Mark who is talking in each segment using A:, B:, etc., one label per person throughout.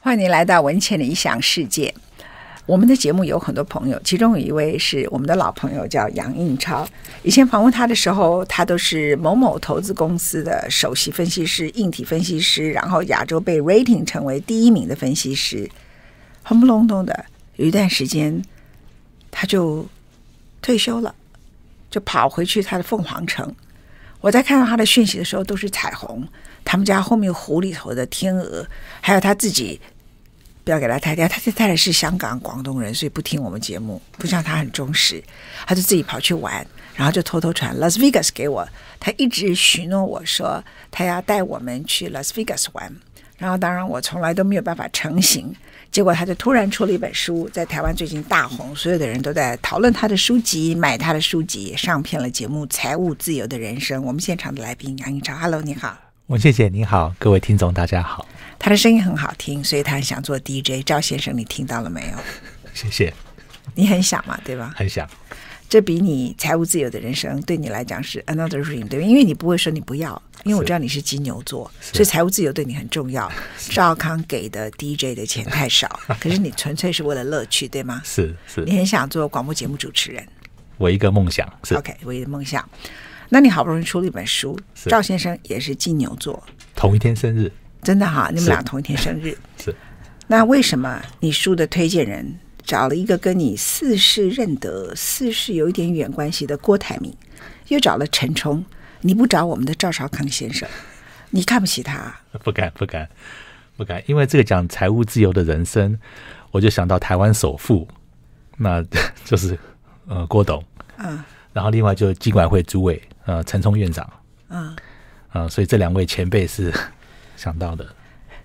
A: 欢迎您来到文倩的理想世界。我们的节目有很多朋友，其中有一位是我们的老朋友，叫杨应超。以前访问他的时候，他都是某某投资公司的首席分析师、硬体分析师，然后亚洲被 rating 成为第一名的分析师，轰不隆咚的。有一段时间，他就退休了，就跑回去他的凤凰城。我在看到他的讯息的时候，都是彩虹，他们家后面湖里头的天鹅，还有他自己。不要给他太太，他太太是香港广东人，所以不听我们节目，不像他很忠实，他就自己跑去玩，然后就偷偷传 Las Vegas 给我。他一直许诺我说他要带我们去 Las Vegas 玩，然后当然我从来都没有办法成行。结果他就突然出了一本书，在台湾最近大红，所有的人都在讨论他的书籍，买他的书籍，也上片了节目《财务自由的人生》。我们现场的来宾杨一超，Hello，你好。
B: 文谢姐，你好，各位听众，大家好。
A: 他的声音很好听，所以他很想做 DJ。赵先生，你听到了没有？
B: 谢谢，
A: 你很想嘛，对吧？
B: 很想。
A: 这比你财务自由的人生对你来讲是 another dream，对吧？因为你不会说你不要，因为我知道你是金牛座，所以财务自由对你很重要。赵康给的 DJ 的钱太 少，可是你纯粹是为了乐趣，对吗？
B: 是是。
A: 你很想做广播节目主持人，
B: 我一个梦想是
A: OK，我一个梦想。那你好不容易出了一本书，赵先生也是金牛座，
B: 同一天生日。
A: 真的哈，你们俩同一天生日。
B: 是，
A: 那为什么你书的推荐人找了一个跟你似是认得、似是有一点远关系的郭台铭，又找了陈冲，你不找我们的赵少康先生？你看不起他、啊？
B: 不敢，不敢，不敢，因为这个讲财务自由的人生，我就想到台湾首富，那 就是呃郭董，嗯，然后另外就是金管会主委呃陈冲院长，嗯，啊、呃，所以这两位前辈是。想到的，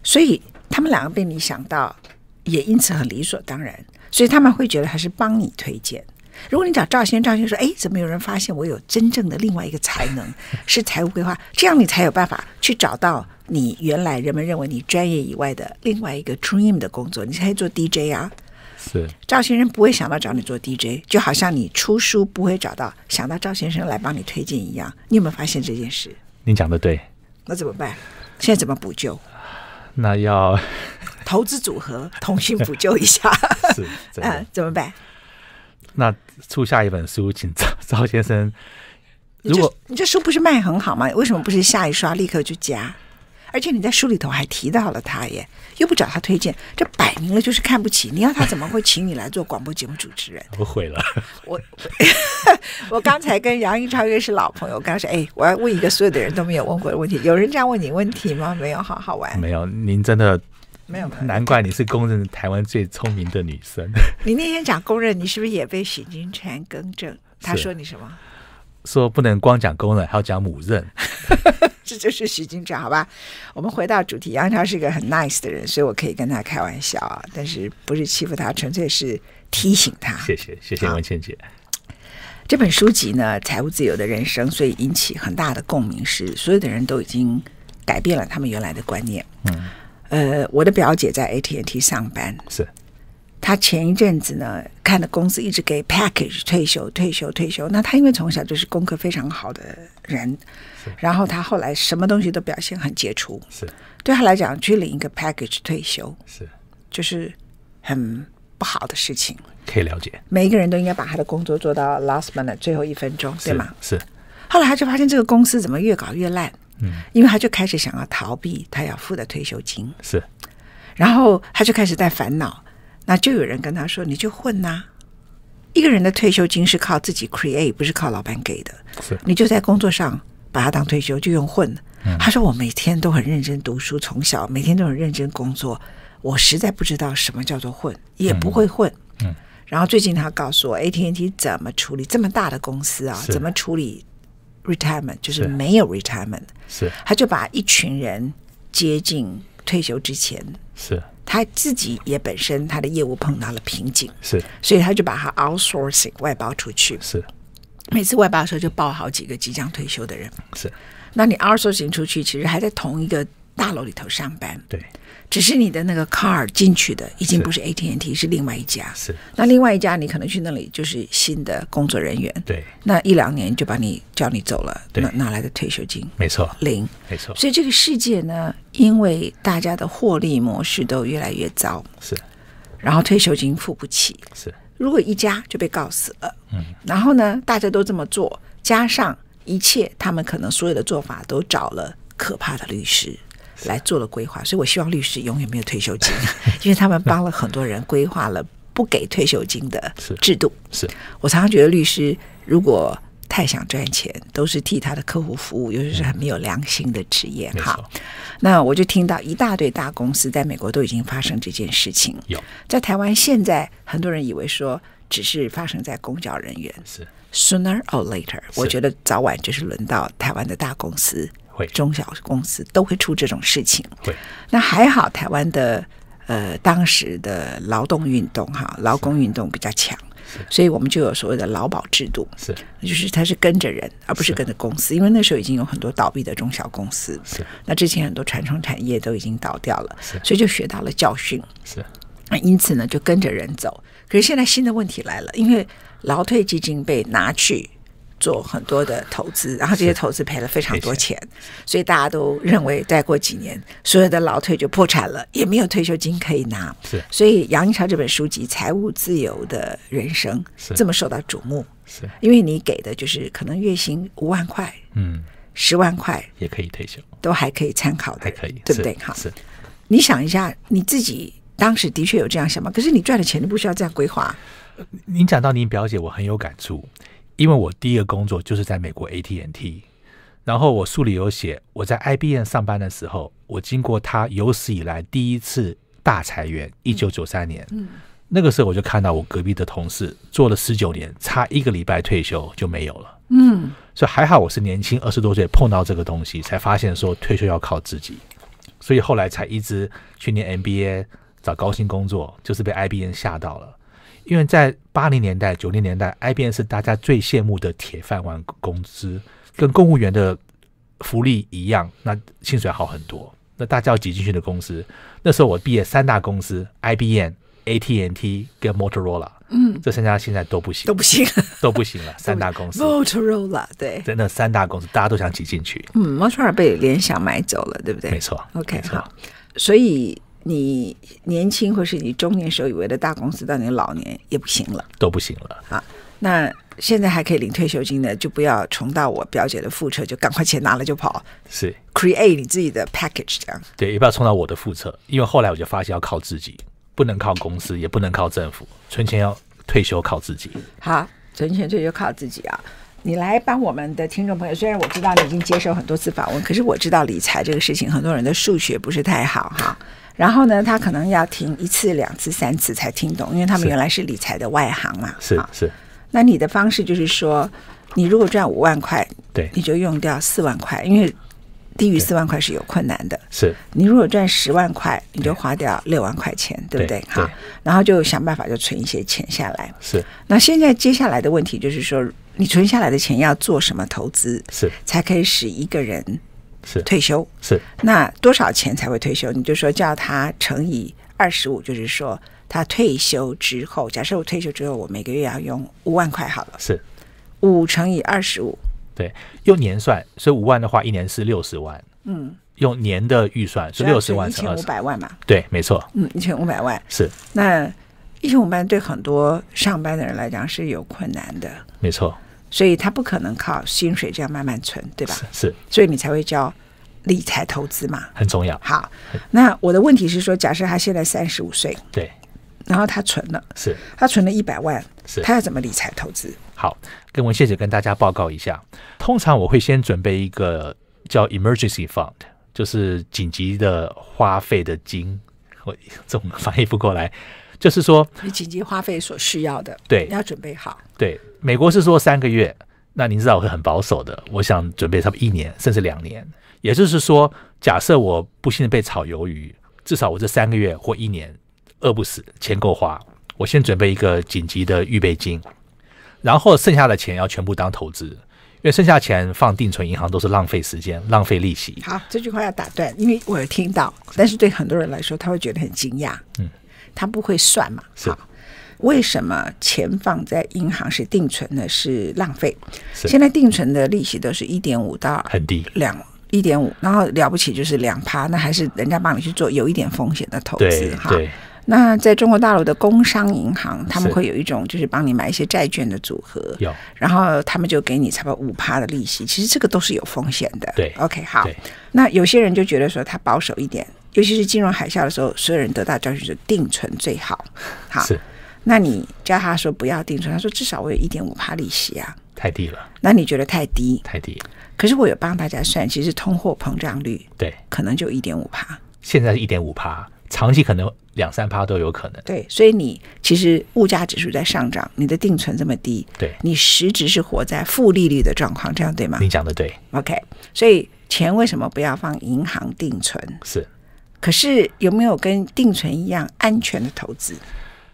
A: 所以他们两个被你想到，也因此很理所当然，所以他们会觉得他是帮你推荐。如果你找赵先，赵先说：“哎，怎么有人发现我有真正的另外一个才能是财务规划？”这样你才有办法去找到你原来人们认为你专业以外的另外一个 dream 的工作，你才做 DJ 啊。
B: 是
A: 赵先生不会想到找你做 DJ，就好像你出书不会找到想到赵先生来帮你推荐一样。你有没有发现这件事？
B: 你讲的对，
A: 那怎么办？现在怎么补救？
B: 那 要
A: 投资组合通讯补救一 下，
B: 是，哎
A: 嗯， 怎么办？
B: 那出下一本书，请赵赵先生。如果
A: 你这书不是卖很好吗？为什么不是下一刷立刻就加？而且你在书里头还提到了他耶，又不找他推荐，这摆明了就是看不起。你要他怎么会请你来做广播节目主持 人？
B: 我毁了，
A: 我我刚才跟杨一超认识老朋友，刚说哎，我要问一个所有的人都没有问过的问题，有人这样问你问题吗？没有，好好玩。
B: 没有，您真的
A: 没有，
B: 难怪你是公认台湾最聪明的女生。
A: 你那天讲公认，你是不是也被许金川更正？他说你什么？
B: 说不能光讲公认，还要讲母认。
A: 这就是徐金钊，好吧？我们回到主题，杨超是一个很 nice 的人，所以我可以跟他开玩笑啊，但是不是欺负他，纯粹是提醒他。
B: 谢谢，谢谢文倩姐。
A: 这本书籍呢，《财务自由的人生》，所以引起很大的共鸣是，是所有的人都已经改变了他们原来的观念。嗯，呃，我的表姐在 AT&T 上班，
B: 是。
A: 他前一阵子呢，看的公司一直给 package 退休、退休、退休。那他因为从小就是功课非常好的人，然后他后来什么东西都表现很杰出。
B: 是，
A: 对他来讲，去领一个 package 退休
B: 是，
A: 就是很不好的事情。
B: 可以了解，
A: 每一个人都应该把他的工作做到 last minute 最后一分钟，对吗？
B: 是。
A: 后来他就发现这个公司怎么越搞越烂，嗯，因为他就开始想要逃避他要付的退休金，
B: 是。
A: 然后他就开始在烦恼。那就有人跟他说：“你就混呐、啊！一个人的退休金是靠自己 create，不是靠老板给的。你就在工作上把它当退休，就用混。嗯”他说：“我每天都很认真读书，从小每天都很认真工作，我实在不知道什么叫做混，也不会混。嗯”嗯。然后最近他告诉我，AT&T 怎么处理这么大的公司啊？怎么处理 retirement？就是没有 retirement。
B: 是。
A: 他就把一群人接近退休之前。
B: 是。
A: 他自己也本身他的业务碰到了瓶颈，
B: 是，
A: 所以他就把它 outsourcing 外包出去，
B: 是。
A: 每次外包的时候就报好几个即将退休的人，
B: 是。
A: 那你 outsourcing 出去，其实还在同一个大楼里头上班，
B: 对。
A: 只是你的那个 card 进去的已经不是 AT&T，是另外一家。
B: 是
A: 那另外一家你可能去那里就是新的工作人员，
B: 对，
A: 那一两年就把你叫你走了，
B: 对
A: 那哪来的退休金？
B: 没错，
A: 零。
B: 没错，
A: 所以这个世界呢，因为大家的获利模式都越来越糟，
B: 是
A: 然后退休金付不起，
B: 是
A: 如果一家就被告死了，嗯，然后呢，大家都这么做，加上一切他们可能所有的做法都找了可怕的律师来做了规划，所以我希望律师永远没有退休金， 因为他们帮了很多人规划了不给退休金的
B: 是
A: 制度。
B: 是，
A: 我常常觉得律师如果太想赚钱，都是替他的客户服务，尤其是很没有良心的职业
B: 嗯没
A: 哈
B: 错。
A: 那我就听到一大堆大公司在美国都已经发生这件事情，
B: 有
A: 在台湾现在很多人以为说只是发生在公交人员
B: 是
A: ，sooner or later，我觉得早晚就是轮到台湾的大公司、
B: 会
A: 中小公司都会出这种事情。
B: 会
A: 那还好，台湾的呃当时的劳动运动哈，劳工运动比较强，所以我们就有所谓的劳保制度，
B: 是
A: 就是它是跟着人，而不是
B: 是
A: 跟着公司，因为那时候已经有很多倒闭的中小公司，
B: 是
A: 那之前很多传统产业都已经倒掉了，
B: 是
A: 所以就学到了教训。
B: 是
A: 那因此呢，就跟着人走。可是现在新的问题来了，因为劳退基金被拿去做很多的投资，然后这些投资赔了非常多钱，所以大家都认为再过几年所有的劳退就破产了，也没有退休金可以拿。
B: 是
A: 所以杨一超这本书籍《财务自由的人生》
B: 是
A: 这么受到瞩目，
B: 是，
A: 因为你给的就是可能月薪五万块、
B: 嗯，
A: 十万块
B: 也可以退休，
A: 都还可以参考的，
B: 还可以，
A: 对不
B: 是
A: 对？好，
B: 是
A: 你想一下，你自己当时的确有这样想法，可是你赚的钱你不需要这样规划，
B: 您讲到您表姐，我很有感触，因为我第一个工作就是在美国 AT&T，然后我书里有写，我在 IBM 上班的时候，我经过他有史以来第一次大裁员，一九九三年，嗯，那个时候我就看到我隔壁的同事做了十九年，差一个礼拜退休就没有了，嗯，所以还好我是年轻二十多岁碰到这个东西，才发现说退休要靠自己，所以后来才一直去年 MBA 找高薪工作，就是被 IBM 吓到了。因为在八零年代、九零年代，IBM 是大家最羡慕的铁饭碗工资，跟公务员的福利一样，那薪水好很多。那大家要挤进去的公司，那时候我毕业三大公司，IBM、AT&T 跟 Motorola，嗯，这三家现在都不行，
A: 都不行。
B: 都 不行了，三大公司，
A: Motorola 对，
B: 真的三大公司，大家都想挤进去，
A: 嗯，Motorola 被联想买走了，对不对
B: 没？错
A: OK，
B: 没错
A: 好，所以你年轻或是你中年时候以为的大公司，到你老年也不行了
B: 都不行了，
A: 啊。那现在还可以领退休金的，就不要重蹈我表姐的覆辙，就赶快钱拿了就跑
B: 是
A: ，create 你自己的 package 这样。
B: 对，也不要冲到我的覆辙，因为后来我就发现要靠自己，不能靠公司，也不能靠政府，存钱要退休靠自己。
A: 好，存钱退休靠自己啊！你来帮我们的听众朋友，虽然我知道你已经接受很多次访问，可是我知道理财这个事情，很多人的数学不是太好哈。然后呢，他可能要听一次、两次、三次才听懂，因为他们
B: 是
A: 原来是理财的外行嘛。
B: 是
A: 啊
B: 是，
A: 那你的方式就是说，你如果赚五万块，
B: 对，
A: 你就用掉四万块，因为低于四万块是有困难的。
B: 是
A: 你如果赚十万块，你就花掉六万块钱，对不
B: 对
A: 对？哈
B: 对，
A: 然后就想办法就存一些钱下来。
B: 是
A: 那现在接下来的问题就是说，你存下来的钱要做什么投资，
B: 是
A: 才可以使一个人
B: 是
A: 退休？
B: 是
A: 那多少钱才会退休？你就说叫他乘以二十五，就是说他退休之后，假设我退休之后，我每个月要用五万块好了，
B: 是，
A: 五乘以二十五，
B: 对，用年算，所以五万的话，一年是六十万，嗯，用年的预算是六十万
A: 啊一
B: 乘
A: 千
B: 二
A: 五
B: 十，
A: 百万嘛，
B: 对，没错，
A: 嗯，一千五百万。
B: 是
A: 那一千五百万对很多上班的人来讲是有困难的，
B: 没错，
A: 所以他不可能靠薪水这样慢慢存，对吧？
B: 是是
A: 所以你才会叫理财投资嘛。
B: 很重要，
A: 好，那我的问题是说，假设他现在三十五岁，
B: 对，
A: 然后他存了，
B: 是
A: 他存了一百万，
B: 是
A: 他要怎么理财投资？
B: 好，跟文谢姐跟大家报告一下，通常我会先准备一个叫 emergency fund，就是紧急的花费的金，我这种翻译不过来，就是说
A: 你紧急花费所需要的，
B: 对
A: 你要准备好。
B: 对，美国是说三个月，那您知道我会很保守的，我想准备差不多一年甚至两年。也就是说，假设我不幸地被炒鱿鱼，至少我这三个月或一年饿不死，钱够花，我先准备一个紧急的预备金，然后剩下的钱要全部当投资。因为剩下钱放定存银行都是浪费时间、浪费利息。
A: 好，这句话要打断，因为我有听到，但是对很多人来说，他会觉得很惊讶。嗯，他不会算嘛？
B: 是
A: 好，为什么钱放在银行是定存的，是浪费？
B: 是
A: 现在定存的利息都是一点五到
B: 很低，
A: 两。一点五，然后了不起就是两趴，那还是人家帮你去做有一点风险的投资
B: 对
A: 哈。
B: 对
A: 那在中国大陆的工商银行，他们
B: 是
A: 会有一种就是帮你买一些债券的组合，
B: 有
A: 然后他们就给你差不多五趴的利息，其实这个都是有风险的。
B: 对
A: ，OK，好
B: 对。
A: 那有些人就觉得说他保守一点，尤其是金融海啸的时候，所有人得到教训是定存最好。好，
B: 是
A: 那你叫他说不要定存，他说至少我有一点五趴利息啊。
B: 太低了，
A: 那你觉得太低？
B: 太低。
A: 可是我有帮大家算，其实通货膨胀率
B: 对，
A: 可能就一点五趴。
B: 现在是一点五趴，长期可能两三趴都有可能。
A: 对，所以你其实物价指数在上涨，你的定存这么低，
B: 对
A: 你实质是活在负利率的状况，这样对吗？
B: 你讲的对，
A: OK，所以钱为什么不要放银行定存？
B: 是
A: 可是有没有跟定存一样安全的投资？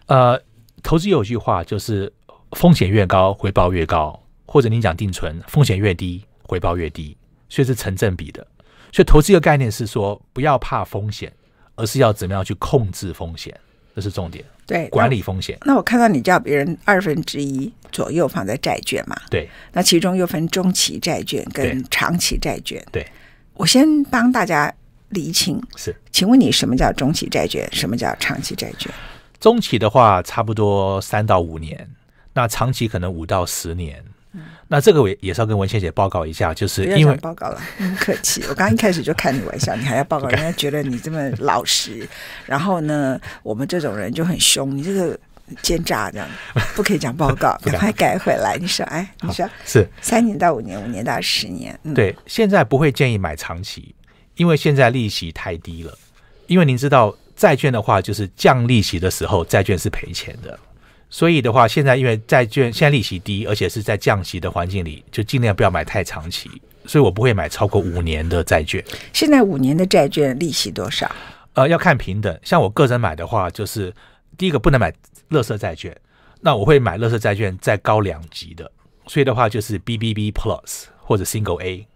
B: 呃，投资有一句话就是风险越高，回报越高，或者你讲定存，风险越低，回报越低，所以是成正比的。所以投资一个概念是说，不要怕风险，而是要怎么样去控制风险，这是重点，
A: 对，
B: 管理风险。
A: 那。那我看到你叫别人二分之一左右放在债券嘛，
B: 对
A: 那其中又分中期债券跟
B: 对
A: 长期债券。
B: 对，
A: 我先帮大家厘清，
B: 是
A: 请问你什么叫中期债券，什么叫长期债券？
B: 中期的话，差不多三到五年，那长期可能五到十年。那这个我也也是要跟文倩姐报告一下，就是
A: 不要
B: 因为
A: 讲报告了， 你客气。我刚一开始就开你玩笑，你还要 报告，人家觉得你这么老实。然后呢，我们这种人就很凶，你这个奸诈这样，不可以讲 报告，赶快改回来。你说，哎，你说
B: 是
A: 三年到五年，五年到十年，嗯，
B: 对，现在不会建议买长期，因为现在利息太低了。因为您知道，债券的话就是降利息的时候，债券是赔钱的。所以的话，现在因为债券现在利息低，而且是在降息的环境里，就尽量不要买太长期。所以我不会买超过五年的债券。
A: 现在五年的债券利息多少？
B: 呃，要看平等。像我个人买的话，就是第一个不能买垃圾债券，那我会买垃圾债券再高两级的，所以的话就是 BBB Plus 或者 Single A，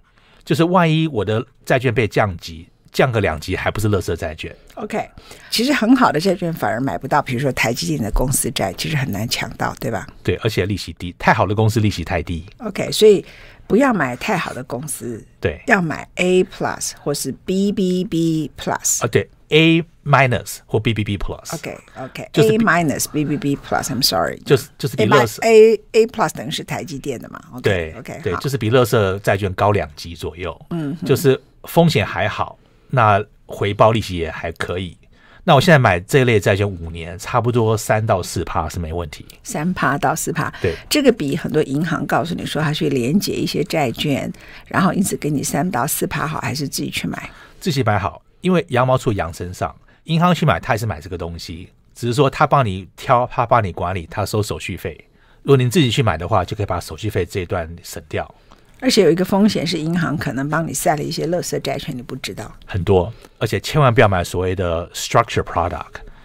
B: 就是万一我的债券被降级，降个两级还不是垃圾债券，
A: OK，其实很好的债券反而买不到，比如说台积电的公司债，其实很难抢到，对吧
B: 对，而且利息低，太好的公司利息太低，
A: ？OK，所以不要买太好的公司，
B: 对，啊、
A: 要买 A plus 或是 BBB plus。
B: 啊对 A minus 或 BBB Plus，、
A: OK OK，
B: 就是
A: A
B: 比
A: minus BBB plus，I'm sorry，
B: 就是就是比
A: A
B: 垃
A: plus
B: 圾。
A: A A plus 等于是台积电的嘛？OK
B: 对
A: OK
B: 对，
A: 好
B: 就是比乐色债券高两级左右，嗯，就是风险还好，那回报利息也还可以。那我现在买这类债券五年，差不多三到四趴是没问题。
A: 三趴到四趴，
B: 对
A: 这个比很多银行告诉你说它去连接一些债券，然后因此给你三到四趴好，还是自己去买？
B: 自己买好，因为羊毛出羊身上，银行去买它也是买这个东西，只是说他帮你挑，他帮你管理，他收手续费。如果您自己去买的话，就可以把手续费这一段省掉
A: 而且有一个风险是，银行可能帮你塞了一些垃圾债券，你不知道
B: 很多，而且千万不要买所谓的 structure product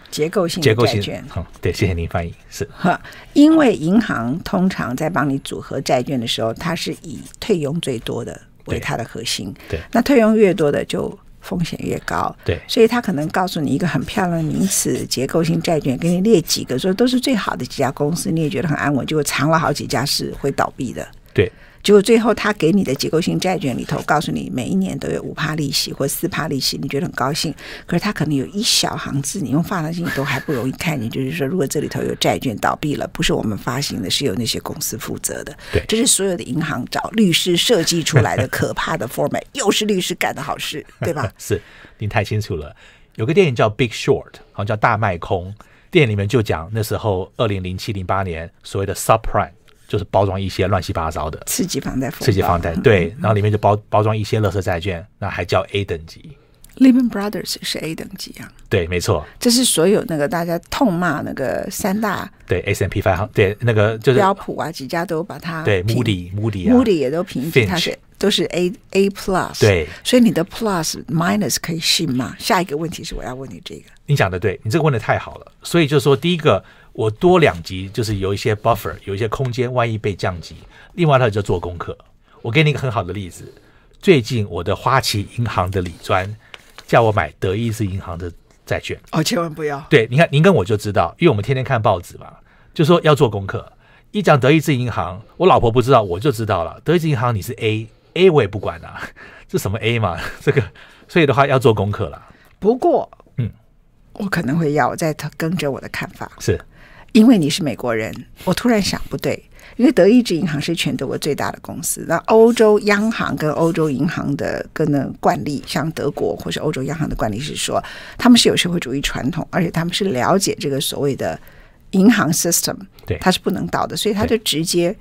A: 结构性
B: 结
A: 的
B: 构
A: 债
B: 性
A: 券。。
B: 嗯，对，谢谢您翻译是。
A: 呵，因为银行通常在帮你组合债券的时候，它是以退佣最多的为
B: 对
A: 它的核心。
B: 对
A: 那退佣越多的就风险越高。
B: 对
A: 所以它可能告诉你一个很漂亮的名词，结构性债券，给你列几个，说都是最好的几家公司，你也觉得很安稳，结果藏了好几家是会倒闭的。
B: 对，
A: 结果最后他给你的结构性债券里头，告诉你每一年都有五趴利息或四趴利息，你觉得很高兴。可是他可能有一小行字，你用放大镜都还不容易看见，就是说，如果这里头有债券倒闭了，不是我们发行的，是由那些公司负责的。
B: 对？
A: 这是所有的银行找律师设计出来的可怕的 format，又是律师干的好事，对吧
B: 是，您太清楚了。有个电影叫《Big Short》，好像叫《大卖空》。电影里面就讲那时候二零零七零八年所谓的 subprime，就是包装一些乱七八糟的
A: 刺激房贷风暴，
B: 刺激房
A: 嗯
B: 贷，对，然后里面就包包装一些垃圾债券，那还叫 A 等级。
A: ，Lehman Brothers 是 A 等级啊，
B: 对，没错，
A: 这是所有那个大家痛骂那个三大
B: 对 S M P 发行，对那个就是
A: 标普啊几家都把它
B: 对
A: 评
B: Moody Moody 啊
A: Moody 也都评级，
B: Finch
A: 它是都是 A A plus。
B: 对，
A: 所以你的 plus minus 可以信吗？下一个问题是我要问你这个，
B: 你讲的对，你这个问的太好了。所以就是说，第一个我多两级，就是有一些 buffer，有一些空间，万一被降级。另外，他就做功课。我给你一个很好的例子，最近我的花旗银行的理专叫我买德意志银行的债券。
A: 哦，千万不要。
B: 对，你看您跟我就知道，因为我们天天看报纸嘛，就说要做功课。一讲德意志银行，我老婆不知道，我就知道了。德意志银行你是 A，A 我也不管啊， 这什么 A 嘛？这个，所以的话要做功课啦。
A: 不过，
B: 嗯，
A: 我可能会要，我再跟着我的看法，
B: 是
A: 因为你是美国人，我突然想不对，因为德意志银行是全德国最大的公司，那欧洲央行跟欧洲银行的跟那惯例，像德国或是欧洲央行的惯例是说，他们是有社会主义传统，而且他们是了解这个所谓的银行 system，
B: 对
A: 它是不能倒的，所以他就
B: 对
A: 直接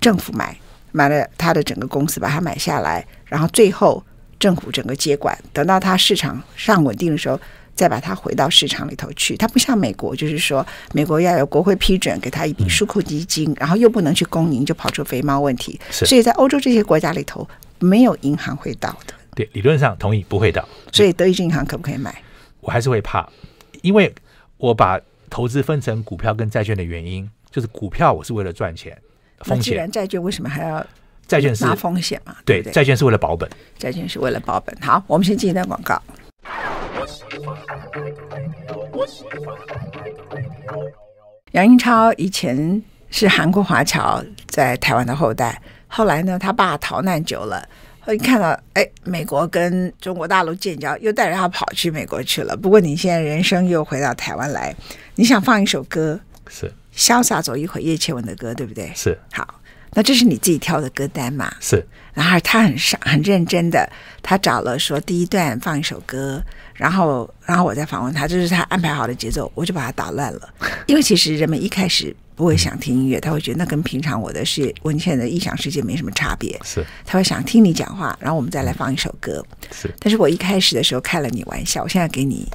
A: 政府买买了他的整个公司，把它买下来，然后最后政府整个接管，等到它市场上稳定的时候，再把它回到市场里头去。它不像美国，就是说美国要有国会批准给他一笔纾困基金，然后又不能去公营，就跑出肥猫问题。
B: 是
A: 所以在欧洲这些国家里头，没有银行会倒的。
B: 对，理论上同意不会倒，
A: 所以德意志银行可不可以买？
B: 我还是会怕，因为我把投资分成股票跟债券的原因，就是股票我是为了赚钱，
A: 那
B: 风
A: 既
B: 险
A: 然债券为什么还要
B: 债券是
A: 拿风险嘛？
B: 对，
A: 不对？
B: 债券是为了保本。
A: 债券是为了保本。好，我们先进一段广告。杨英超以前是韩国华侨在台湾的后代，后来呢，他爸逃难久了，后来看到哎，美国跟中国大陆建交，又带着他跑去美国去了。不过你现在人生又回到台湾来，你想放一首歌，
B: 是
A: 《潇洒走一回》叶倩文的歌，对不对？
B: 是
A: 好，那这是你自己挑的歌单嘛？
B: 是，
A: 然后他很上很认真的，他找了说第一段放一首歌，然后然后我再访问他，这、是他安排好的节奏，我就把它打乱了。因为其实人们一开始不会想听音乐，他会觉得那跟平常我的世文献的臆想世界没什么差别，
B: 是
A: 他会想听你讲话，然后我们再来放一首歌。
B: 是，
A: 但是我一开始的时候开了你玩笑，我现在给你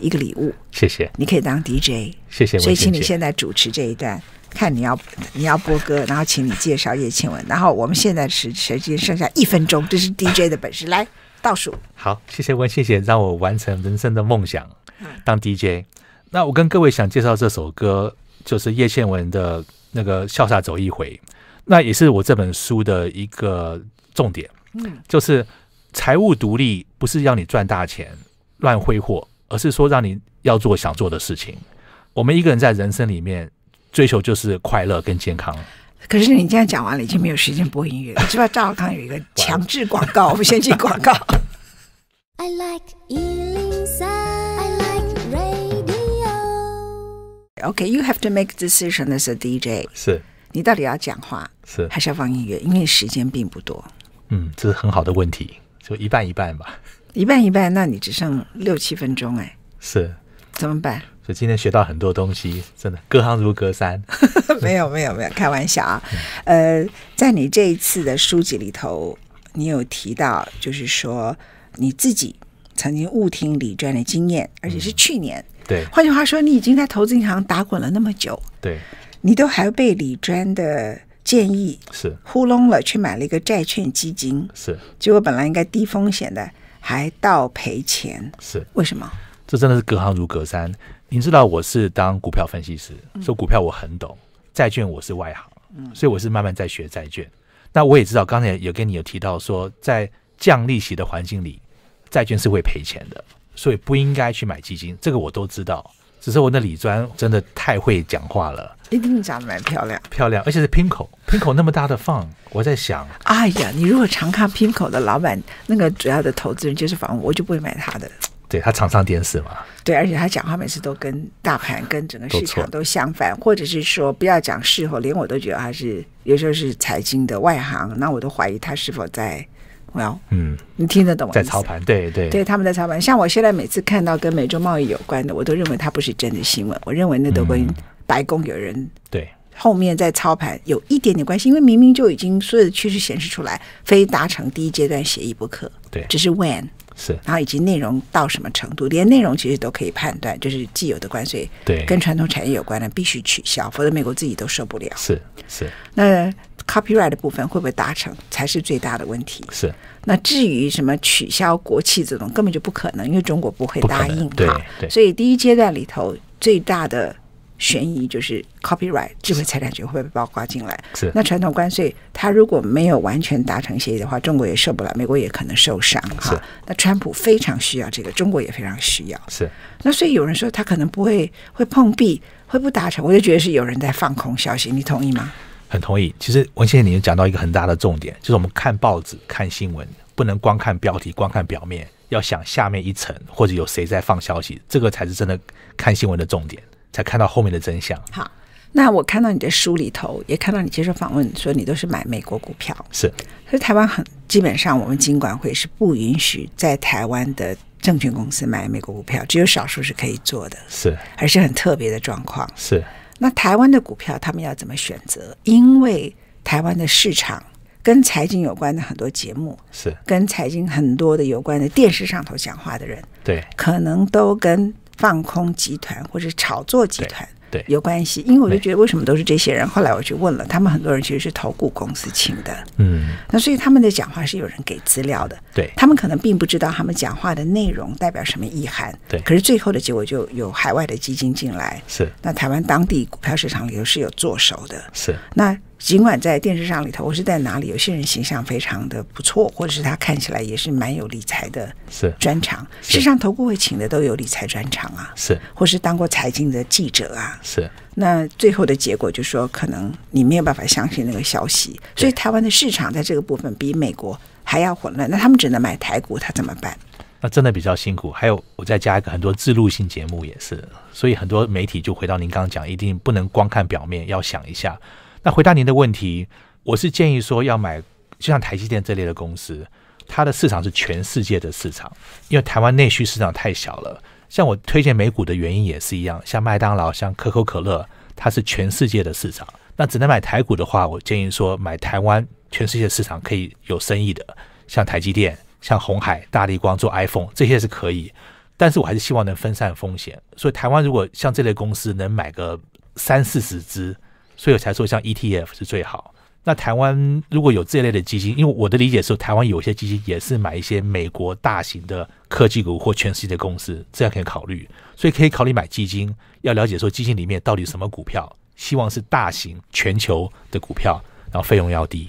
A: 一个礼物，
B: 谢谢
A: 你可以当 DJ，
B: 谢谢
A: 所以
B: 文
A: 请
B: 倩
A: 你
B: 姐，
A: 现在主持这一段，看你要你要播歌，然后请你介绍叶倩文。然后我们现在时时间剩下一分钟，这是 DJ 的本事。来倒数，
B: 好，谢谢文倩姐让我完成人生的梦想，当 DJ。那我跟各位想介绍这首歌，就是叶倩文的那个《潇洒走一回》，那也是我这本书的一个重点。
A: 嗯，
B: 就是财务独立不是要你赚大钱乱挥霍，而是说让你要做想做的事情。我们一个人在人生里面追求就是快乐跟健康。
A: 可是你这样讲完了，已经没有时间播音乐了。知道赵小康有一个强制广告，我们先进广 告。
C: I like Ealing Sound. I like radio.
A: OK，you、have to make decision as a DJ，
B: 是
A: 你到底要讲话
B: 是，
A: 还是要放音乐？因为时间并不多，
B: 嗯，这是很好的问题，就一半一半吧。
A: 一半一半，那你只剩六七分钟，哎，
B: 是，
A: 怎么办？
B: 所以今天学到很多东西，真的隔行如隔山。
A: 没有没有没有，开玩笑啊。呃，在你这一次的书籍里头，你有提到，就是说你自己曾经误听李专的经验，而且是去年。
B: 对
A: 换句话说，你已经在投资银行打滚了那么久，
B: 对，
A: 你都还被李专的建议
B: 是
A: 糊弄了，去买了一个债券基金，
B: 是
A: 结果本来应该低风险的，还倒赔钱，
B: 是，
A: 为什么？
B: 这真的是隔行如隔山。您知道我是当股票分析师，说股票我很懂，债券我是外行，所以我是慢慢在学债券。那我也知道，刚才有跟你有提到说，在降利息的环境里，债券是会赔钱的，所以不应该去买基金，这个我都知道。只是我那李专真的太会讲话了，
A: 一定长得蛮漂亮。
B: 漂亮，而且是 Pinko，Pinko 那么大的放，我在想，
A: 哎呀，你如果常看 Pimco 的老板，那个主要的投资人就是房屋，我就不会买他的。
B: 对他常上电视嘛，
A: 对，而且他讲话每次都跟大盘、跟整个市
B: 都
A: 场
B: 错
A: 都相反，或者是说不要讲事后，连我都觉得他是有时候是财经的外行，那我都怀疑他是否在，well，
B: 嗯，
A: 你听得懂我
B: 在
A: 意思
B: 操？盘，对对
A: 对，他们在操盘。像我现在每次看到跟美洲贸易有关的，我都认为它不是真的新闻，我认为那都跟
B: 嗯
A: 白宫有人
B: 对，
A: 后面在操盘有一点点关系，因为明明就已经所有的趋势显示出来，非达成第一阶段协议不可。
B: 对
A: 只是 when，
B: 是，
A: 然后以及内容到什么程度，连内容其实都可以判断，就是既有的关税
B: 对，
A: 跟传统产业有关的必须取消，否则美国自己都受不了。
B: 是是
A: 那 copyright 的部分会不会达成才是最大的问题。
B: 是，
A: 那至于什么取消国企这种，根本就不可能，因为中国不会
B: 不可
A: 答
B: 能
A: 应
B: 对
A: 哈。
B: 对
A: 所以第一阶段里头最大的悬疑，就是 copyright 智慧财产权会不会被包括进来？
B: 是
A: 那传统关税，它如果没有完全达成协议的话，中国也受不了，美国也可能受伤
B: 是
A: 哈。那川普非常需要这个，中国也非常需要。
B: 是
A: 那所以有人说他可能不会会碰壁，会不达成，我就觉得是有人在放空消息，你同意吗？
B: 很同意。其实文先生你讲到一个很大的重点，就是我们看报纸、看新闻，不能光看标题、光看表面，要想下面一层，或者有谁在放消息，这个才是真的看新闻的重点，才看到后面的真相。
A: 好，那我看到你的书里头，也看到你接受访问说你都是买美国股票，
B: 是
A: 所以台湾很基本上我们金管会是不允许在台湾的证券公司买美国股票，只有少数是可以做的，
B: 是
A: 而是很特别的状况。
B: 是
A: 那台湾的股票他们要怎么选择？因为台湾的市场跟财经有关的很多节目，
B: 是，
A: 跟财经很多的有关的电视上头讲话的人，
B: 对
A: 可能都跟放空集团或者炒作集团
B: 对对
A: 有关系。因为我就觉得为什么都是这些人，后来我去问了，他们很多人其实是投顾公司请的，
B: 嗯，
A: 那所以他们的讲话是有人给资料的。
B: 对
A: 他们可能并不知道他们讲话的内容代表什么意涵，
B: 对
A: 可是最后的结果就有海外的基金进来，
B: 是
A: 那台湾当地股票市场里头是有做手的，
B: 是
A: 那尽管在电视上里头，我是在哪里，有些人形象非常的不错，或者是他看起来也是蛮有理财的
B: 是
A: 专长。事实上，投顾会请的都有理财专长啊，
B: 是
A: 或是当过财经的记者啊。
B: 是
A: 那最后的结果就说，可能你没有办法相信那个消息，所以台湾的市场在这个部分比美国还要混乱。那他们只能买台股，他怎么办？
B: 那真的比较辛苦。还有，我再加一个，很多自录性节目也是，所以很多媒体就回到您刚刚讲，一定不能光看表面，要想一下。那回答您的问题，我是建议说要买，就像台积电这类的公司，它的市场是全世界的市场，因为台湾内需市场太小了。像我推荐美股的原因也是一样，像麦当劳、像可口可乐，它是全世界的市场。那只能买台股的话，我建议说买台湾全世界市场可以有生意的，像台积电、像红海、大力光做 iPhone 这些是可以，但是我还是希望能分散风险。所以台湾如果像这类公司能买个三四十只，所以我才说像 ETF 是最好。那台湾如果有这类的基金，因为我的理解是，台湾有些基金也是买一些美国大型的科技股或全世界的公司，这样可以考虑。所以可以考虑买基金，要了解说基金里面到底什么股票，希望是大型全球的股票，然后费用要低。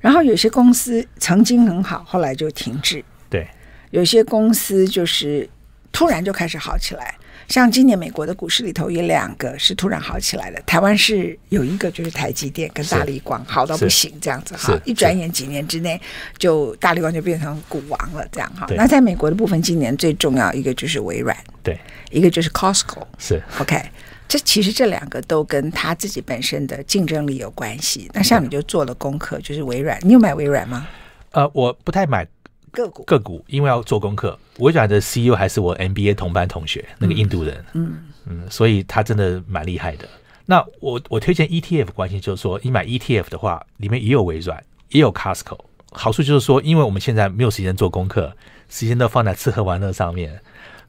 A: 然后有些公司曾经很好，后来就停滞。
B: 对，
A: 有些公司就是突然就开始好起来。像今年美国的股市里头有两个是突然好起来的，台湾是有一个就是台积电跟大力光好到不行这样子哈
B: 是，
A: 一转眼几年之内就大力光就变成股王了这样哈
B: 对。
A: 那在美国的部分，今年最重要一个就是微软，
B: 对，
A: 一个就是 Costco。
B: 是
A: OK，这其实这两个都跟他自己本身的竞争力有关系。那像你就做了功课，就是微软，你有买微软吗？
B: 呃，我不太买
A: 个股
B: 个股，因为要做功课。微软的 CEO 还是我 MBA 同班同学，那个印度人，嗯嗯，所以他真的蛮厉害的。那我我推荐 ETF 关系就是说，你买 ETF 的话，里面也有微软，也有 Costco。好处就是说，因为我们现在没有时间做功课，时间都放在吃喝玩乐上面，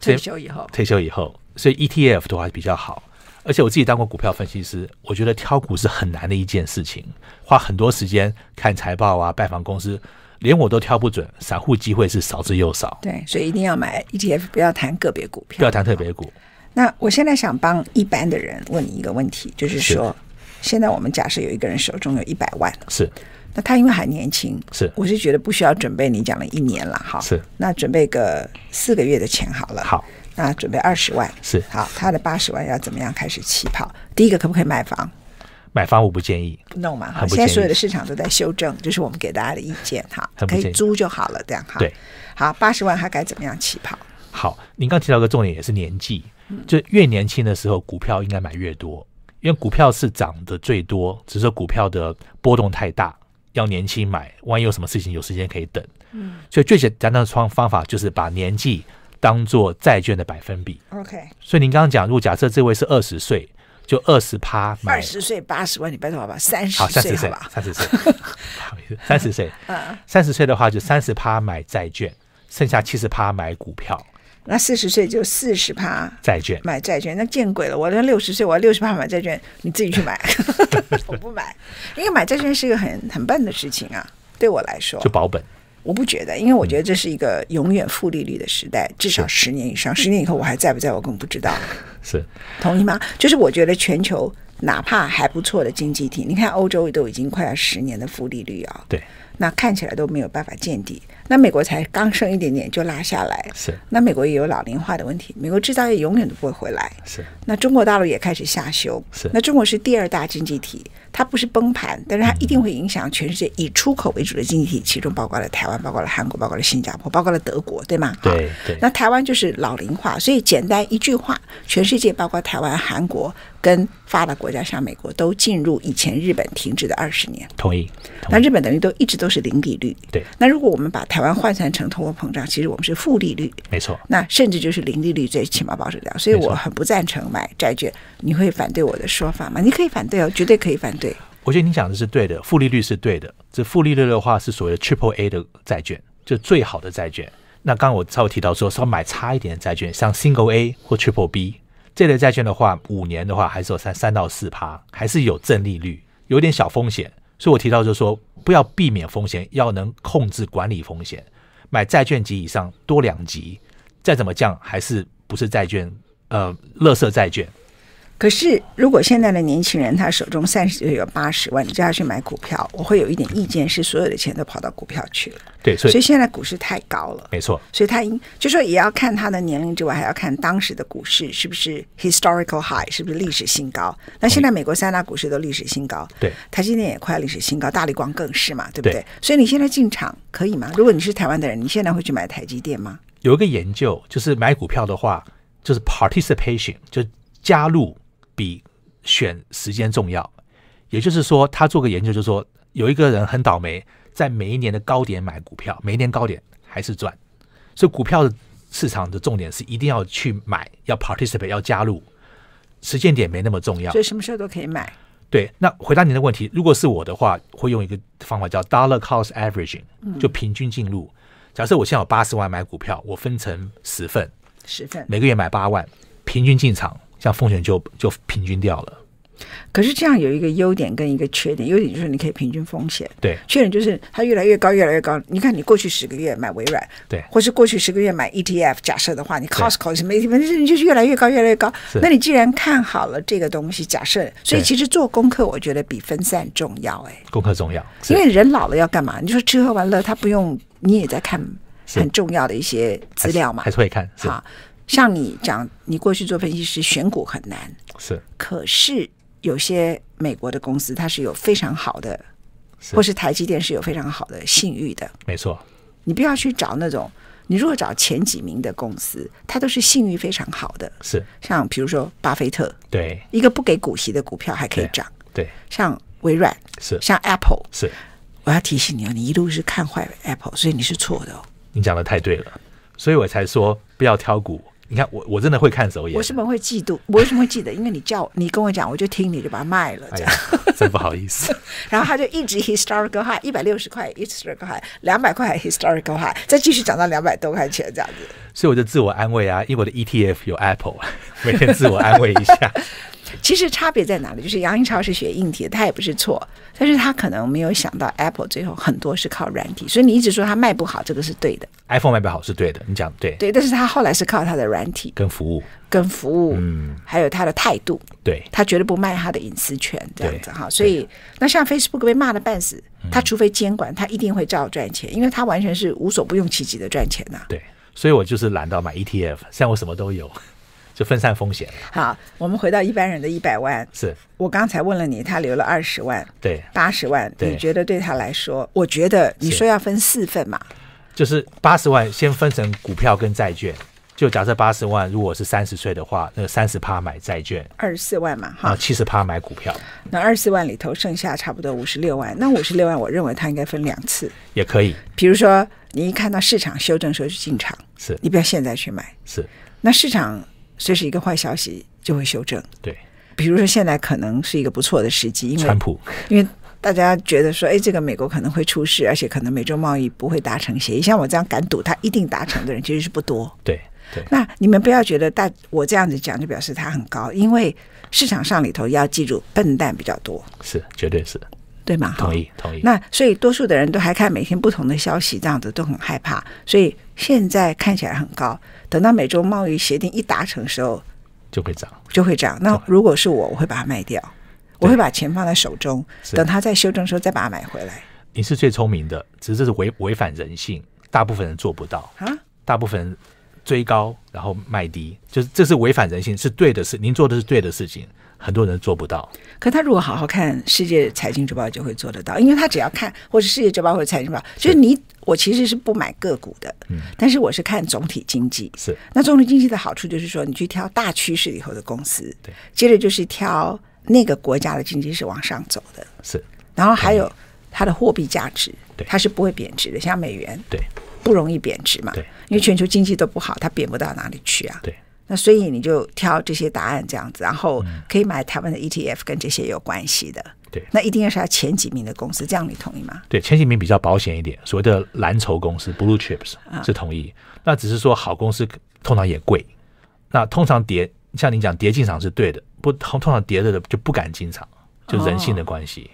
B: 所
A: 退
B: 以
A: 休以后，
B: 退休以后，所以 E ETF 的话比较好。而且我自己当过股票分析师，我觉得挑股是很难的一件事情，花很多时间看财报啊，拜访公司，连我都挑不准，散户机会是少之又少。
A: 对，所以一定要买 ETF，不要谈个别股票。
B: 不要谈特别股，
A: 那我现在想帮一般的人问你一个问题，就是说，现在我们假设有一个人手中有一百万，
B: 是
A: 那他因为还年轻，
B: 是
A: 我是觉得不需要准备你讲了一年了哈，
B: 是，
A: 那准备个四个月的钱好了，
B: 好，
A: 那准备二十万，
B: 是
A: 好，他的八十万要怎么样开始起跑？第一个可不可以买房？
B: 买房我不建议，
A: 不弄嘛哈，
B: 很不
A: 现在
B: 建议
A: 所有的市场都在修正，这是我们给大家的意见哈，
B: 很不
A: 可以
B: 建议
A: 租就好了，这样哈，
B: 对，
A: 好，八十万他该怎么样起跑？
B: 好，您刚提到一个重点，也是年纪，就越年轻的时候，股票应该买越多，因为股票是涨得最多，只是说股票的波动太大，要年轻买，万一有什么事情有时间可以等。嗯，所以最简单的方方法就是把年纪当做债券的百分比。
A: OK，
B: 所以您刚刚讲，如果假设这位是二十岁，就二十趴买
A: 二十岁八十万，你拜托好吧，三十
B: 好，三
A: 岁好
B: 十岁
A: 吧，，
B: 三十岁， 不好嗯意思，三十岁，三十岁的话就三十趴买债券，剩下七十趴买股票、
A: 那四十岁就四十趴
B: 债券。
A: 买债券，那见鬼了！我那六十岁，我六十趴买债券，你自己去买， 我不买，因为买债券是一个很很笨的事情啊。对我来说
B: 就，嗯保本，
A: 我不觉得，因为我觉得这是一个永远负利率的时代，至少十年以上。十年以后我还在不在，我更不知道。
B: 是
A: 同意吗？就是我觉得全球哪怕还不错的经济体，你看欧洲都已经快要十年的负利率啊、
B: 对，
A: 那看起来都没有办法见底。那美国才刚升一点点就拉下来，
B: 是
A: 那美国也有老龄化的问题，美国制造业永远都不会回来。
B: 是
A: 那中国大陆也开始下修
B: 是，
A: 那中国是第二大经济体，它不是崩盘，但是它一定会影响全世界以出口为主的经济体，其中包括了台湾，包括了韩国，包括了新加坡，包括了德国，对吗？
B: 对
A: 好
B: 对
A: 那台湾就是老龄化，所以简单一句话，全世界包括台湾、韩国跟发达国家，像美国，都进入以前日本停止的二十年。
B: 同意
A: 那
B: 同意，
A: 日本等于都一直都是零利率。
B: 对，
A: 那如果我们把台湾换算成通货膨胀，其实我们是负利率。
B: 没错，
A: 那甚至就是零利率最起码保证掉，所以
B: 没错
A: 我很不赞成买债券。你会反对我的说法吗？你可以反对哦，绝对可以反对。
B: 我觉得你讲的是对的，负利率是对的。这负利率的话是所谓的 Triple A 的债券，就最好的债券。那刚刚我稍微提到说，稍微买差一点的债券，像 Single A 或 Triple B 这类债券的话，五年的话还是有三三到四趴，还是有正利率，有点小风险。所以我提到就是说，不要避免风险，要能控制管理风险。买债券级以上多两级，再怎么降还是不是债券，呃，垃圾债券。
A: 可是，如果现在的年轻人他手中三十就有八十万，你叫他去买股票，我会有一点意见，是所有的钱都跑到股票去了。
B: 对，所
A: 所以
B: 以
A: 现在股市太高了，
B: 没错，
A: 所以他应就说也要看他的年龄之外，还要看当时的股市是不是 historical high，是不是历史新高。那现在美国三大股市都历史新高，
B: 对
A: 台积电也快历史新高，大力光更是嘛，对不对？
B: 对
A: 所以你现在进场可以吗？如果你是台湾的人，你现在会去买台积电吗？
B: 有一个研究，就是买股票的话，就是 participation，就加入比选时间重要。也就是说，他做个研究，就是说有一个人很倒霉，在每一年的高点买股票，每一年高点还是赚。所以股票市场的重点是一定要去买，要 participate，要加入。时间点没那么重要
A: 所，以什么时候都可以买。
B: 对，那回答你的问题，如果是我的话，会用一个方法叫 dollar cost averaging，就平均进
A: 嗯
B: 入。假设我现在有八十万买股票，我分成十份，
A: 十份，
B: 每个月买八万，平均进场，像风险就就平均掉了。
A: 可是这样有一个优点跟一个缺点，优点就是你可以平均风险，
B: 对
A: 缺点就是它越来越高，越来越高。你看，你过去十个月买微软，
B: 对
A: 或是过去十个月买 ETF，假设的话，你 Costco 什么 ETF，反正就是越来越高，越来越高
B: 是。
A: 那你既然看好了这个东西，假设，所以
B: 对
A: 其实做功课，我觉得比分散重要、哎，
B: 功课重要，是
A: 因为人老了要干嘛？你说吃喝玩乐，他不用，你也在看
B: 是
A: 很重要的一些资料嘛
B: 还。是会看，是
A: 好，像你讲，你过去做分析师选股很难，
B: 是
A: 可是有些美国的公司它是有非常好的，
B: 是
A: 或是台积电是有非常好的信誉的。
B: 没错，
A: 你不要去找那种，你如果找前几名的公司，它都是信誉非常好的，
B: 是
A: 像比如说巴菲特，
B: 对
A: 一个不给股息的股票还可以
B: 对
A: 涨，
B: 对
A: 像微软，
B: 是
A: 像 Apple。
B: 是，
A: 我要提醒你哦，你一路是看坏 Apple，所以你是错的哦。
B: 你讲的太对了，所以我才说不要挑股。你看我我真的会看手眼，
A: 我为什么会嫉妒？我为什么会记得？因为你叫你跟我讲，我就听你就把它卖了，
B: 哎
A: 这
B: 呀
A: 样。，
B: 真不好意思。
A: 然后它就一直 historical high，一百六十块 historical high，两百块 historical high，再继续涨到两百多块钱这样子。
B: 所以我就自我安慰啊，因为我的 ETF 有 Apple，每 天自我安慰一下。
A: 其实差别在哪里？就是杨英超是学硬体的，他也不是错，但是他可能没有想到 Apple 最后很多是靠软体，所以你一直说它卖不好，这个是对的，
B: iPhone 卖不好是对的，你讲得对，
A: 对。但是他后来是靠他的软体
B: 跟服务
A: 跟服务，还有他的态度，
B: 对
A: 他绝对不卖他的隐私权这样子哈。所以那像 Facebook 被骂的半死，他除非监管，他一定会照赚钱，因为他完全是无所不用其极的赚钱呐、啊
B: 对，所以我就是懒到买 ETF，像我什么都有， 就分散风险了
A: 好，我们回到一般人的一百万。
B: 是
A: 我刚才问了你，他留了二十万，
B: 对，
A: 八十万，
B: 对
A: 你觉得对他来说？我觉得你
B: 是
A: 说要分四份嘛，
B: 就是八十万先分成股票跟债券。就假设八十万，如果是三十岁的话，那三十趴买债券，
A: 二十四万嘛，
B: 然
A: 哈
B: 后，七十趴买股票
A: 那二十四万里头剩下差不多五十六万，那五十六万我认为他应该分两次，
B: 也可以，
A: 比如说你一看到市场修正的时候就进场，
B: 是
A: 你不要现在去买，
B: 是，
A: 那市场随时一个坏消息就会修正，
B: 对，
A: 比如说现在可能是一个不错的时机，因为
B: 川普
A: 因为大家觉得说，哎，这个美国可能会出事，而且可能美洲贸易不会达成协议。像我这样敢赌它一定达成的人，其实是不多。
B: 对对
A: 那你们不要觉得大我这样子讲就表示它很高，因为市场上里头要记住笨蛋比较多，
B: 是绝对是
A: 对吗？
B: 同意同意，
A: 那所以多数的人都还看每天不同的消息，这样子都很害怕。所以现在看起来很高，等到美洲贸易协定一达成的时候，
B: 就会涨。
A: 就会涨。那如果是我，我会把它卖掉，我会把钱放在手中，
B: 是
A: 等它再修正的时候再把它买回来
B: 你是最聪明的，只是这是违违反人性，大部分人做不到。
A: 啊。
B: 大部分人追高然后卖低，就是这是违反人性，是对的事。您做的是对的事情，很多人做不到。
A: 可他如果好好看世界财经周报，就会做得到，因为他只要看或是世界周报或者财经周报，就是你我其实是不买个股的，
B: 嗯
A: 但是我是看总体经济。
B: 是
A: 那总体经济的好处就是说，你去挑大趋势里头的公司，
B: 对，
A: 接着就是挑那个国家的经济是往上走的，
B: 是，
A: 然后还有它的货币价值，
B: 对
A: 它是不会贬值的，像美元
B: 对
A: 不容易贬值嘛，
B: 对
A: 因为全球经济都不好，它贬不到哪里去啊，
B: 对
A: 那所以你就挑这些答案这样子，然后
B: 嗯
A: 可以买台湾的 ETF，跟这些有关系的。
B: 对
A: 那一定要是它前几名的公司，这样你同意吗？
B: 对，前几名比较保险一点，所谓的蓝筹公司 （blue chips）
A: 嗯
B: 是同意。那只是说好公司通常也贵，那通常跌，像你讲跌进场是对的，不通通常跌的就不敢进场，就人性
A: 哦
B: 的关系。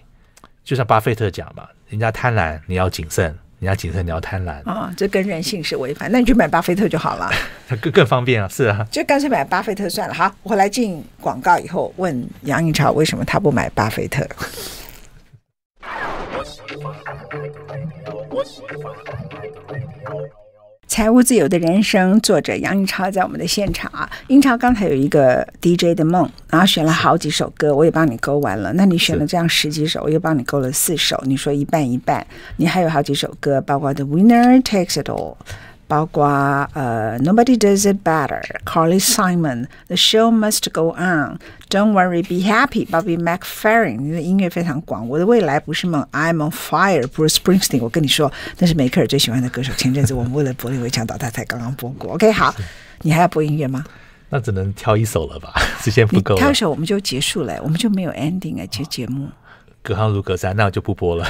B: 就像巴菲特讲嘛，人家贪婪你要谨慎，人家谨慎你要贪婪，
A: 啊、这跟人性是违反。那你去买巴菲特就好了，
B: 它更更方便啊，是啊。
A: 就干脆买巴菲特算了。好，我来进广告以后问杨颖超为什么他不买巴菲特。 财务自由的人生，作者杨英超在我们的现场啊。英超刚才有一个 DJ 的梦，然后选了好几首歌，我也帮你勾完了。那你选了这样十几首，我又帮你勾了四首，你说一半一半。你还有好几首歌，包括 The Winner Takes It All，包括呃 Nobody Does It Better，Carly Simon，The Show Must Go On，Don't Worry Be Happy，Bobby McFerrin。你的音乐非常广，我的未来不是梦，I'm on Fire，Bruce Springsteen。我跟你说，那是梅克尔最喜欢的歌手。前阵子我们为了柏林围墙倒塌才刚刚播过。OK，好，你还要播音乐吗？
B: 那只能挑一首了吧，时间
A: 你
B: 不够
A: 挑
B: 了
A: 一。首我们就结束了，我们就没有 ending 哎，这节目。
B: 隔行如隔山，那我就不播了。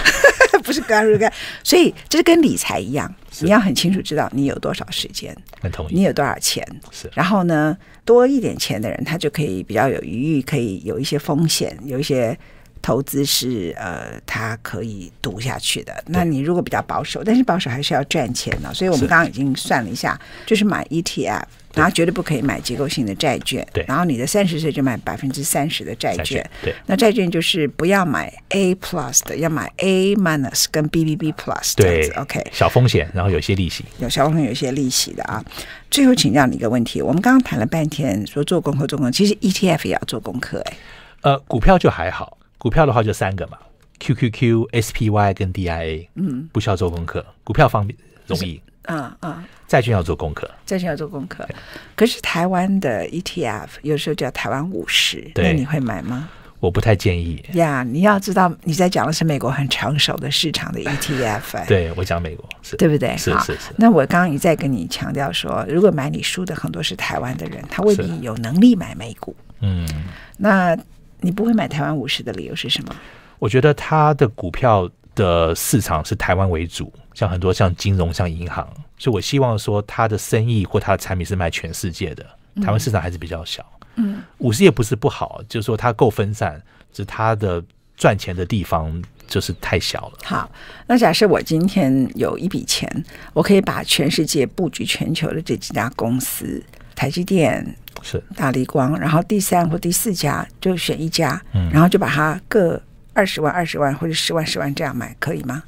A: 不是干干，所以这是跟理财一样，你要很清楚知道你有多少时间，
B: 很同
A: 你
B: 意，
A: 有多少钱
B: 是，
A: 然后呢，多一点钱的人，他就可以比较有余裕，可以有一些风险，有一些投资是呃，他可以赌下去的。那你如果比较保守，但是保守还是要赚钱的，所以我们
B: 是
A: 刚刚已经算了一下，就是买 ETF。然后绝对不可以买结构性的债券，
B: 对
A: 然后你的三十岁就买百分之三十的债
B: 债
A: 券
B: 券，对
A: 那债券就是不要买 A plus 的，要买 A minus 跟 BBB plus 这样
B: 对
A: 子。OK，
B: 小风险，然后有些利息，
A: 有小朋友有一些利息的啊。最后请教你一个问题，我们刚刚谈了半天说做功课做功课，其实 ETF 也要做功课哎、
B: 呃，股票就还好，股票的话就三个嘛，QQQ、SPY 跟 DIA，嗯，不需要做功课，股票方便容易，
A: 啊啊，
B: 债券要做功课，
A: 债券要做功课，可是台湾的 ETF 有时候叫台湾五十，
B: 对
A: 那你会买吗？
B: 我不太建议。
A: 呀你要知道你在讲的是美国很成熟的市场 的 ETF，、哎。
B: 对我讲美国是，
A: 对不对？
B: 是
A: 好
B: 是是
A: 那我刚刚一再跟你强调说，如果买你书的很多是台湾的人，他未必
B: 是
A: 有能力买美股。
B: 嗯，
A: 那你不会买台湾五十的理由是什么？
B: 我觉得它的股票的市场是台湾为主，像很多像金融、像银行，所以我希望说它的生意或它的产品是卖全世界的，台湾市场还是比较小。嗯，五十也不是不好，就是说它够分散，只是它的赚钱的地方就是太小了。
A: 好，那假设我今天有一笔钱，我可以把全世界布局全球的这几家公司，台积电、
B: 是
A: 大力光，然后第三或第四家就选一家，
B: 嗯
A: 然后就把它各二十万、二十万或者十万、十万这样买，可以吗？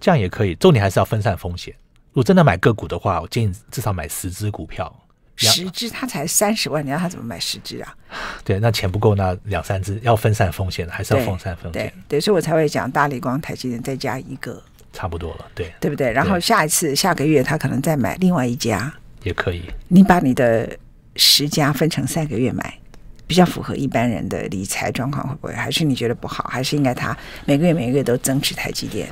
B: 这样也可以，重点还是要分散风险。如果真的买个股的话，我建议至少买十只股票。两
A: 十只它才三十万，你让他怎么买十只啊？
B: 对，那钱不够，那两三只要分散风险，还是要
A: 对
B: 分散风
A: 对
B: 险，
A: 对，所以我才会讲大力光、台积电再加一个，
B: 差不多了。对，
A: 对不对？然后
B: 对
A: 下一次下个月他可能再买另外一家，
B: 也可以。
A: 你把你的十家分成三个月买，比较符合一般人的理财状况，会不会？还是你觉得不好？还是应该他每个月每个月都增持台积电？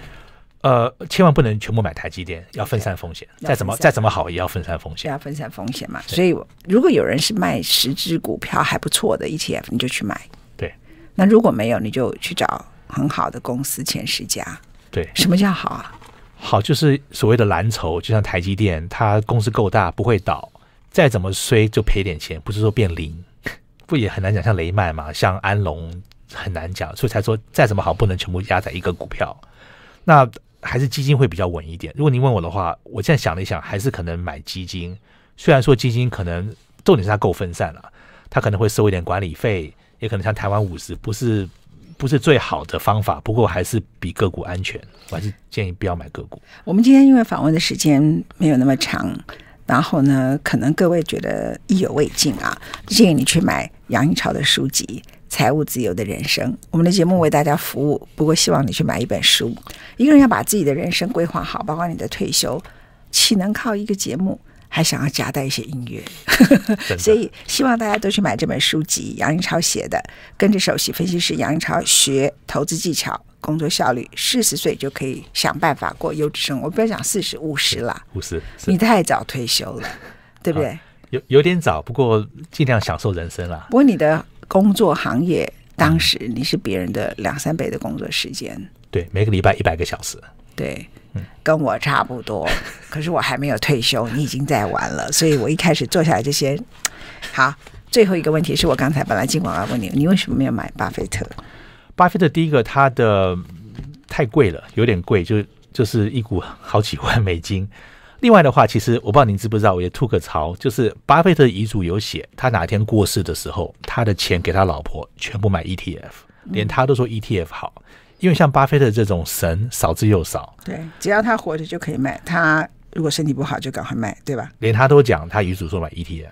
B: 呃，千万不能全部买台积电，要分散风险。
A: 要
B: 再怎么
A: 分散
B: 再怎么好，也要分散风
A: 这
B: 险。
A: 要分散风险嘛。所以我，如果有人是卖十只股票还不错的 ETF，你就去买；
B: 对
A: 那如果没有，你就去找很好的公司前十家。
B: 对，
A: 什么叫好啊？
B: 好就是所谓的蓝筹，就像台积电，它公司够大，不会倒，再怎么衰就赔点钱，不是说变零， 不也很难讲。像雷曼嘛，像安龙很难讲，所以才说再怎么好，不能全部压在一个股票。那还是基金会比较稳一点。如果您问我的话，我现在想了一想，还是可能买基金。虽然说基金可能重点是它够分散了、他可能会收一点管理费，也可能像台湾五十，不是不是最好的方法，不过还是比个股安全。我还是建议不要买个股。
A: 我们今天因为访问的时间没有那么长，然后呢，可能各位觉得意犹未尽啊，建议你去买杨英超的书籍《财务自由的人生》。我们的节目为大家服务，不过希望你去买一本书。一个人要把自己的人生规划好，包括你的退休，岂能靠一个节目？还想要夹带一些音乐，
B: 真的
A: 所以希望大家都去买这本书籍，杨英超写的《跟着首席分析师杨英超学投资技巧、工作效率》，四十岁就可以想办法过优质生活。我不要讲四十五十啦，
B: 五十是
A: 你太早退休了，对不对？
B: 有有点早，不过尽量享受人生啦。
A: 不过你的工作行业，当时你是别人的两三倍的工作时间，
B: 对，每个礼拜一百个小时，
A: 对，跟我差不多，可是我还没有退休，你已经在玩了，所以我一开始做下来这些。好，最后一个问题是我刚才本来进广告问你，你为什么没有买巴菲特？
B: 巴菲特第一个他的嗯太贵了，有点贵，就就是一股好几万美金。另外的话，其实我不知道您知不知道，我也吐个槽，就是巴菲特遗嘱有写，他哪天过世的时候，他的钱给他老婆全部买 ETF，连他都说 ETF 好，因为像巴菲特这种神少之又少，
A: 对，只要他活着就可以卖，他如果身体不好就赶快卖，对吧？
B: 连他都讲他遗嘱说买 ETF，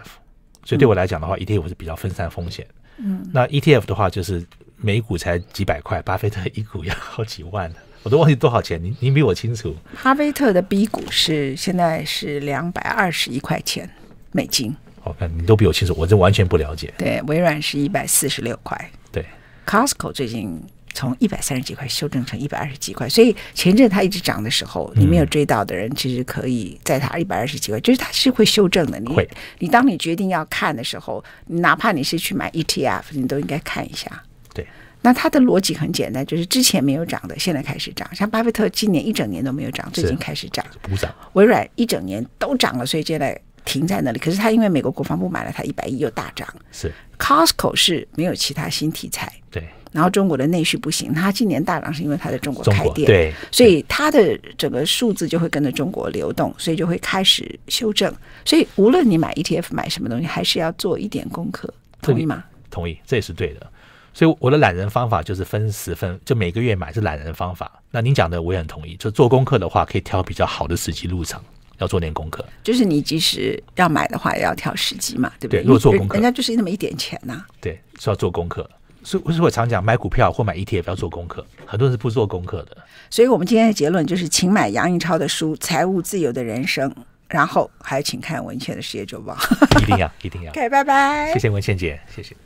B: 所以对我来讲
A: 嗯
B: 的话、e t f 是比较分散风险。嗯，那 ETF 的话就是每股才几百块，巴菲特一股要好几万呢，我都忘记多少钱，您您比我清楚。
A: 巴菲特的 B 股是现在是两百二十一块钱美金，
B: 哦，看你都比我清楚，我这完全不了解。
A: 对，微软是一百四十六块。
B: 对，
A: Costco 最近从一百三十几块修正成一百二十几块，所以前阵它一直涨的时候，
B: 嗯
A: 你没有追到的人，其实可以在它一百二十几块，就是它是会修正的。你
B: 会
A: 你当你决定要看的时候，哪怕你是去买 ETF，你都应该看一下。
B: 对，
A: 那它的逻辑很简单，就是之前没有涨的，现在开始涨。像巴菲特今年一整年都没有涨，最近开始涨。
B: 鼓掌。
A: 微软一整年都涨了，所以现在停在那里。可是它因为美国国防部买了它一百亿，又大涨。
B: 是
A: Costco 是没有其他新题材，
B: 对
A: 然后中国的内需不行，它今年大涨是因为它在中国
B: 中
A: 开
B: 国
A: 店，
B: 对
A: 所以它的整个数字就会跟着中国流动，所以就会开始修正。所以无论你买 ETF 买什么东西，还是要做一点功课，
B: 这
A: 同
B: 里
A: 意吗？
B: 同意，这也是对的。所以我的懒人方法就是分时分，就每个月买是懒人方法。那您讲的我也很同意，就做功课的话，可以挑比较好的时机入场，要做点功课。
A: 就是你即使要买的话，也要挑时机嘛，对不
B: 对如果做功
A: 人
B: 课
A: 人家就是那么一点钱呐、
B: 对，是要做功课。所以，所以我常讲买股票或买 ETF 要做功课，很多人是不做功课的。
A: 所以我们今天的结论就是，请买杨印超的书《财务自由的人生》，然后还请看文倩的世界周报。
B: 一定要，一定 要。
A: OK，拜拜。
B: 谢谢文倩姐，谢谢。